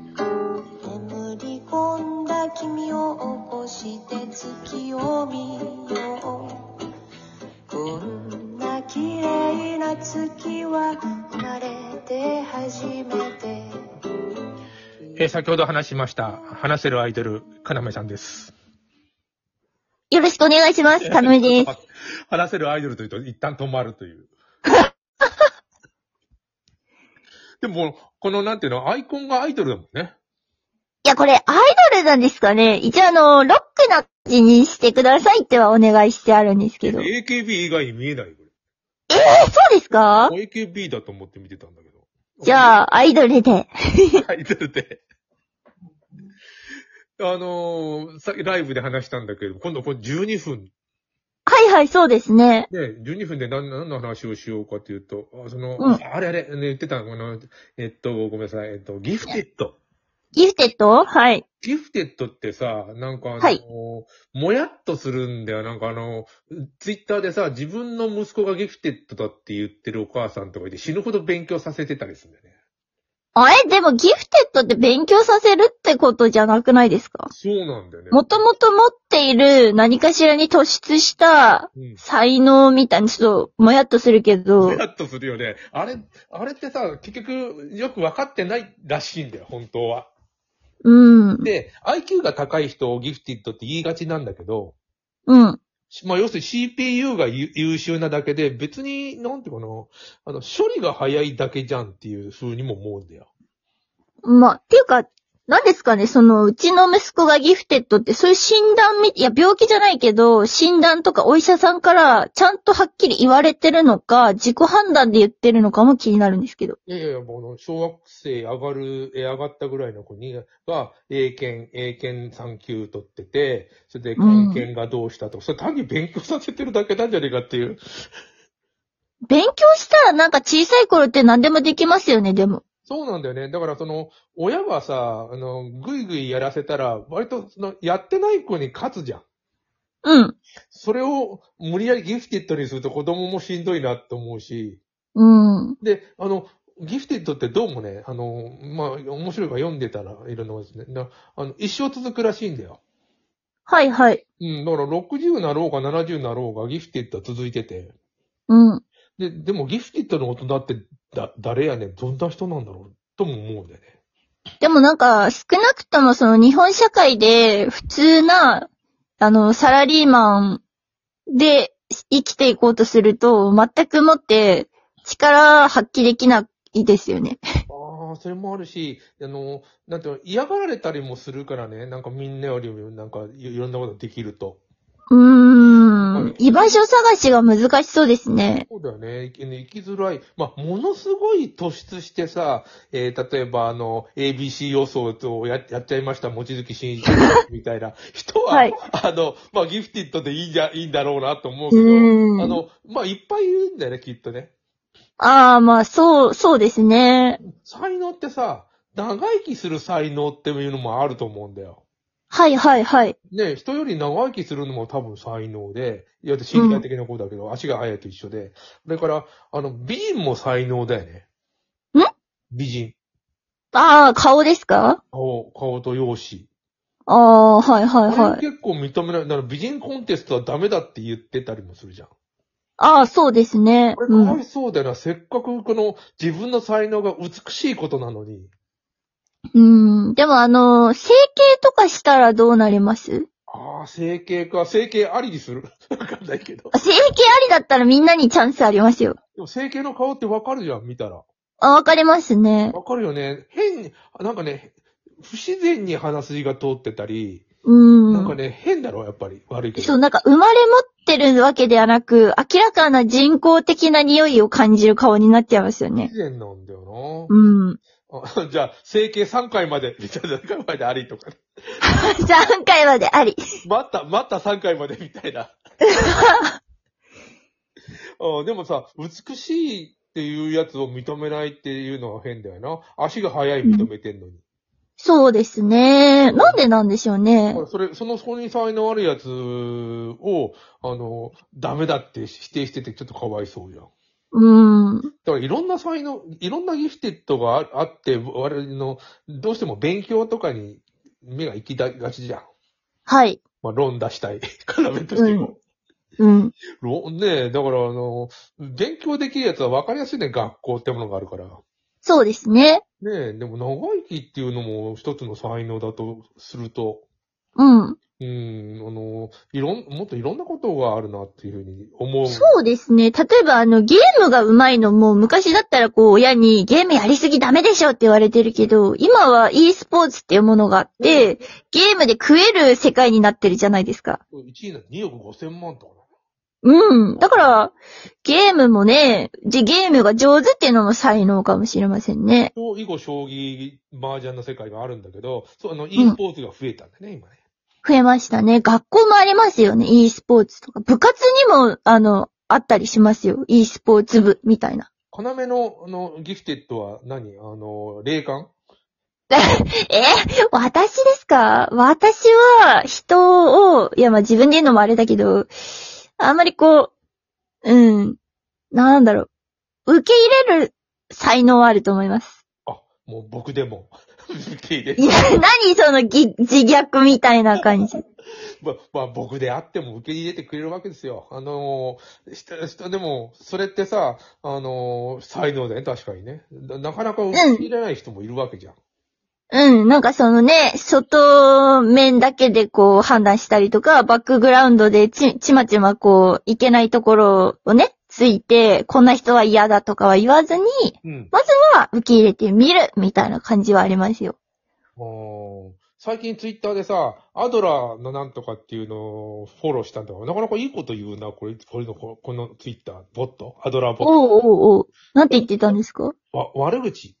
眠り込んだ君を起こして月を見ようこんな綺麗な月は生まれて初めてえー先ほど話しました、話せるアイドル、かなめさんです。よろしくお願いします。かなめです。話せるアイドルというと、一旦止まると いう。でも、このなんていうの、アイコンがアイドルだもんね。いや、これ、アイドルなんですかね一応、あの、ロックな感じにしてくださいってはお願いしてあるんですけど。え AKB 以外に見えないよ、こー、そうですかれ。AKB だと思って見てたんだけど。 じゃあ、アイドルで。アイドルで。あのー、さっきライブで話したんだけど、今度これ12分、はいはい、そうですね。ね、12分で何何の話をしようかというと、あその、うんあれあれ、ね、言ってた、この、えっと、ごめんなさい、えっと、ギフテッド。ギフテッドはい。ギフテッドってさ、なんかあの、はいもやっとするんだよ。なんかあの、ツイッターでさ、自分の息子がギフテッドだって言ってるお母さんとかいて死ぬほど勉強させてたりするんだよね。あれでも、ギフテッドって勉強させるってことじゃなくないですかそうなんだよね。もともと持っている何かしらに突出したうん才能みたいにちょっともやっとするけど も、やっとするよね。あれ、あれってさ、結局、よく分かってないらしいんだよ、本当は。うん。で、IQ が高い人をギフティッドって言いがちなんだけど、うん。まあ、要するに CPU が優優秀なだけで、別に、なんていうかな、あの、処理が早いだけじゃんっていう風にも思うんだよ。まあ、っていうか、何ですかね、その、うちの息子がギフテッドって、そういう診断み、いや、病気じゃないけど、診断とかお医者さんから、ちゃんとはっきり言われてるのか、自己判断で言ってるのかも気になるんですけど。いやいやいや、この、小学生上がる、えー上がったぐらいの子に、が、英検、英検3級取ってて、それで、うん漢検がどうしたとか、それ単に勉強させてるだけなんじゃねえかっていう。勉強したらなんか小さい頃って何でもできますよね、でも。そうなんだよね。だからその、親はさ、あの、ぐいぐいやらせたら、割とその、やってない子に勝つじゃん。うん。それを無理やりギフティッドにすると子供もしんどいなと思うし。うん。で、あの、ギフティッドってどうもね、あの、まあ、面白いから読んでたらいるのはですね、なあの、一生続くらしいんだよ。はいはい。うん、だから60なろうが70なろうがギフティッドは続いてて。うん。で、でもギフティッドの大人ってだ、誰やねん、どんな人なんだろう、とも思うんだよね。でもなんか、少なくともその日本社会で普通な、あの、サラリーマンで生きていこうとすると、全くもって力発揮できないですよね。ああ、それもあるし、あの、なんていうの、嫌がられたりもするからね、なんかみんなよりも、なんかいいろんなことできると。うーん。居場所探しが難しそうですね。そうだよね、生き生きづらい。まあ、ものすごい突出してさ、えー例えばあの、ABC 予想をややっちゃいました、望月慎一郎みたいな人は、はいあの、まあ、ギフティッドでいいんじゃ、いいんだろうなと思うけうど、ーあん。の、まあ、いっぱいいるんだよね、きっとね。ああ、まあ、そう、そうですね。才能ってさ、長生きする才能っていうのもあると思うんだよ。はいはいはい。ね、人より長生きするのも多分才能で、いや、身体的なことだけど、足が速いと一緒で。だから、あの、美人も才能だよね。ん美人。ああ、顔ですか顔、顔と容姿。ああ、はいはいこはれい。結構認められ、だから美人コンテストはダメだって言ってたりもするじゃん。ああ、そうですねこ。れうかわん。いそうだよな。せっかくこの自分の才能が美しいことなのに。うん。でもあの、整形とかしたらどうなりますああ、整形か。整形ありにする。 わかんないけど。整形ありだったらみんなにチャンスありますよ。でも整形の顔ってわかるじゃん、見たら。あ、わかりますね。わかるよね。変に、なんかね、不自然に鼻筋が通ってたり、うなんかん。ね、変だろ、やっぱり。悪いけそど。う、なんか生まれ持ってるわけではなく、明らかな人工的な匂いを感じる顔になっちゃいますよ不ね。自然なんだようん。 な。あ じゃあ、整形3回まで、みたいな、3回までありとかね。 3回まであり。待った、待った3回まで、みたい な。あでもさ、美しいっていうやつを認めないっていうのは変だよな。足が速い認めてんのに。そうですね。ね。なんでなんでしょうねほ。らそれ、そのそこに才能あるやつを、あの、ダメだって否定しててちょっとかわいそうじゃん。うん。だからいろんな才能、いろんなギフテッドがああって、我々の、どうしても勉強とかに目が行きだがちじゃん。はい。まあ、論出したい。 から弁としても。うん。論ねえ、だからあの、勉強できるやつは分かりやすいね、学校ってものがあるから。そうですね。ねえ、でも長生きっていうのも一つの才能だとすると、うん。うん、あの、いろん、もっといろんなことがあるなっていうふうに思う。そうですね。例えば、あの、ゲームが上手いのも、昔だったらこう、親にゲームやりすぎダメでしょって言われてるけど、今は e スポーツっていうものがあって、ゲームで食える世界になってるじゃないですか。 1位な2億5千万とかうん。だから、ゲームもね、じゲームが上手っていうのも才能かもしれませんね。な。以後、将棋、麻雀の世界があるんだけど、そう、あの、e んスポーツが増えたんだね、今ね。増えましたね。学校もありますよね。e スポーツとか。部活にも、あの、あったりしますよ。e スポーツ部、みたいな。要の、あの、ギフテッドは何あの、霊感 え私ですか私は人を、いやまあ自分で言うのもあれだけど、あんまりこう、うん、なんだろう、受け入れる才能はあると思います。あ、もう僕でも。受け入れいや、何そのぎ自虐みたいな感じ。ま、まあ、僕であっても受け入れてくれるわけですよ。あのー、した、した、でも、それってさ、あのー、才能だよね、確かにね。ななかなか受け入れない人もいるわけじゃん。うん、なんかそのね、外面だけでこう判断したりとか、バックグラウンドでち、ちまちまこう、いけないところをね、ついて、こんな人は嫌だとかは言わずに、うん。まあ、受け入れてみるみたいな感じはありますよ。うん最近ツイッターでさ、アドラーのなんとかっていうのをフォローしたんだから、なかなかいいこと言うな、これ、これの、ここのツイッター、ボット、アドラーボット。おうおうおう。なんて言ってたんですかわ、悪口。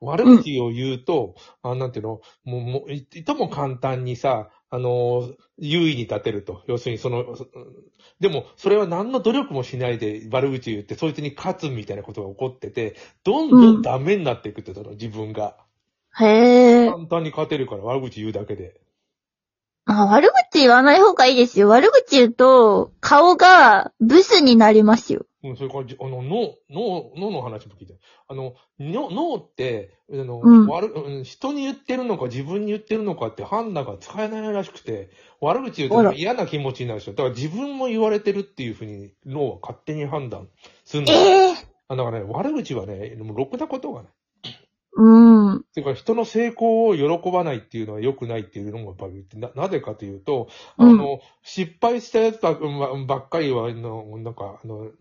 悪口を言うと、あなんていうの、もう、もう、いいとも簡単にさ、あのー、優位に立てると。要するにその、そでも、それは何の努力もしないで悪口言って、そいつに勝つみたいなことが起こってて、どんどんダメになっていくって言ったの、自分が。へえ。簡単に勝てるから、悪口言うだけで。まあ、悪口言わない方がいいですよ。悪口言うと、顔がブスになりますよ。うん、それからじ、あの、脳、脳、脳の話も聞いて。あの、の脳って、あの、うん悪、うん人に言ってるのか自分に言ってるのかって判断が使えないらしくて、悪口言あうとら嫌な気持ちになるでしょ。だから自分も言われてるっていうふうに脳は勝手に判断するんだ。ええあだからね、悪口はね、もうろくなことがない。うん。てか、人の成功を喜ばないっていうのは良くないっていうのもやっぱりな、なぜかというと、あの、失敗したやつばうんばっかりは、あのなんか、あの、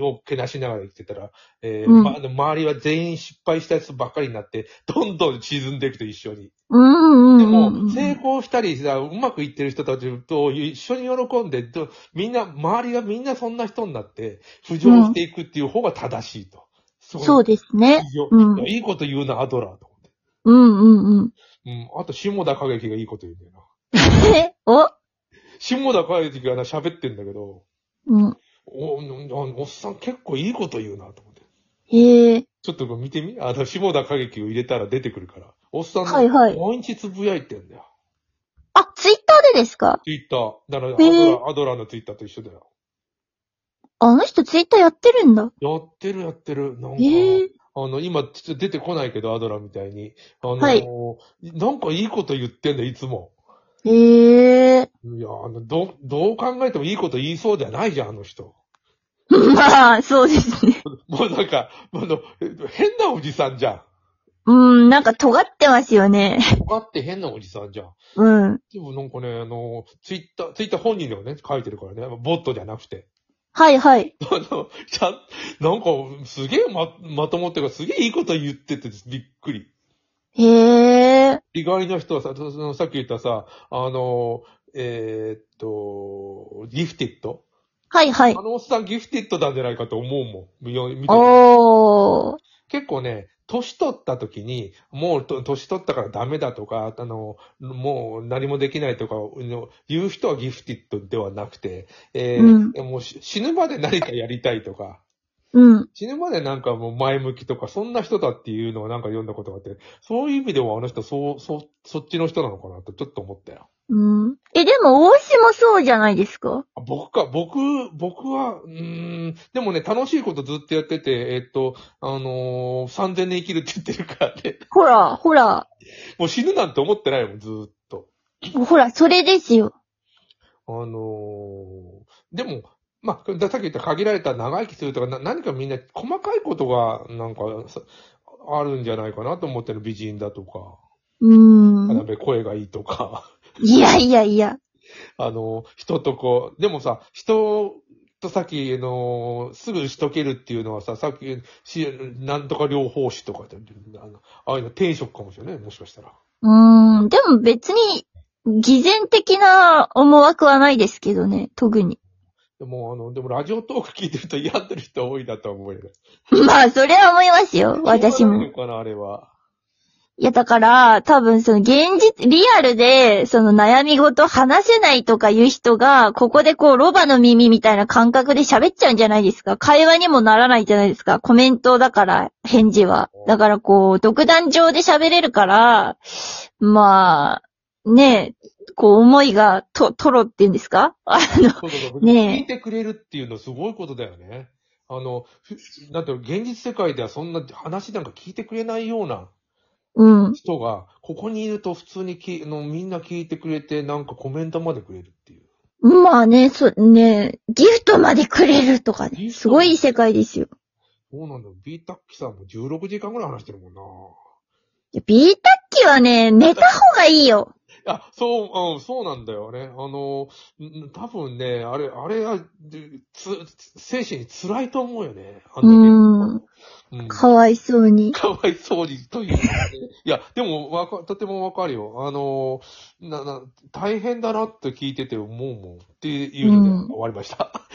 をけなしながら生きてたら、えーうんまあの周りは全員失敗したやつばっかりになって、 どんどん沈んでいくと一緒に。うんうんでうんうも、成ん。功したりさ、うまくいってる人たちと一緒に喜んで、どみんな、周りがみんなそんな人になって、浮上していくっていう方が正しいと。そうでですね。うんいいこと言うな、アドラーと思って。うんうんうん。うん、あと、下田景樹がいいこと言うんだよな。えお下田景樹がな、喋ってんだけど、うん。お、おおっさん結構いいこと言うなと思って。へえ。ちょっとこれ見てみあの、下田景樹を入れたら出てくるから。おっさんね、はいはい毎日つぶやいてんだよ。あ、ツイッターでですかツイッター。だからアドラー、へえアドラーのツイッターと一緒だよ。あの人ツイッターやってるんだ。やってるやってる。なんか、へえ。あの、今、ちょっと出てこないけど、アドラーみたいに。あの、はいなんかいいこと言ってんだよ、いつも。へえ。いや、あの、どう、どう考えてもいいこと言いそうじゃないじゃん、あの人。 まあ、そうですね。もうなんか、あの、変なおじさんじゃん。うん、なんか尖ってますよね。尖って変なおじさんじゃん。うん。でもなんかね、あの、ツイッター、ツイッター本人でもね、書いてるからね、ボットじゃなくて。はいはい。あの、ちゃん、なんか、すげえま、まともっていうか、すげえいいこと言っててびっくり。へえ。意外な人はさ、そそのさっき言ったさ、あの、えーっと、ギフテッドはいはあい。のおっさんギフテッドなんじゃないかと思うもん。見よ見てておー。結構ね、年取った時に、もうと年取ったからダメだとか、あの、もう何もできないとか、の言う人はギフティッドではなくて、えーうんもうし死ぬまで何かやりたいとか、うん。死ぬまでなんかもう前向きとか、そんな人だっていうのはなんか読んだことがあって、そういう意味ではあの人、そう、そ、そっちの人なのかなってちょっと思ったよ。うん。え、でも、大石もそうじゃないですかあ僕か、僕、僕は、うーん、でもね、楽しいことずっとやってて、えっと、あのー、3000年生きるって言ってるからね、ほら、ほら、もう死ぬなんて思ってないもん、ずーっと。ほら、それですよ。あのーでも、まあ、ださっき言った限られた長生きするとか、な何かみんな細かいことが、なんか、さあるんじゃないかなと思ってる美人だとか、うー花ん。部声がいいとか、 いやいやいや。あのー人とこう、でもさ、人とさっき、あのーすぐ打ち解けるっていうのはさ、さっき、しなんとか療法士とかって、あのああいうの転職かもしれないね、もしかしたら。うーん。でも別に、偽善的な思惑はないですけどね、特に。 でも、あの、でもラジオトーク聞いてると病んでる人多いなとは思うよね。まあ、それは思いますよ、私どうなも。のかな、あれは。いや、だから、多分その現実、リアルで、その悩み事話せないとかいう人が、ここでこう、ロバの耳みたいな感覚で喋っちゃうんじゃないですか。会話にもならないじゃないですか。コメントだから、返事は。だからこう、独壇上で喋れるから、まあ、ねえ、こう、思いが、と、トロって言うんですか あの、そうそうそう。ねえ聞いてくれるっていうのすごいことだよね。あの、ふだって現実世界ではそんな話なんか聞いてくれないようなうん。人が、ここにいると普通にきあのみんな聞いてくれて、なんかコメントまでくれるっていう。まあね、そ、ね、ギフトまでくれるとかね。すごい世界ですよ。そうなんだよ。ビータッキさんも16時間ぐらい話してるもんな。いやビータッキーはね、寝た方がいいよ。あ、そう、うん、そうなんだよね。あの、ん多分ね、あれ、あれは、でつ、精神に辛いと思うよね。あのううんかわいそうに。かわいそうにという。いや、でも、わか、とてもわかるよ。あのー、な、な、大変だなって聞いてて思うもんっていうのでうん終わりました。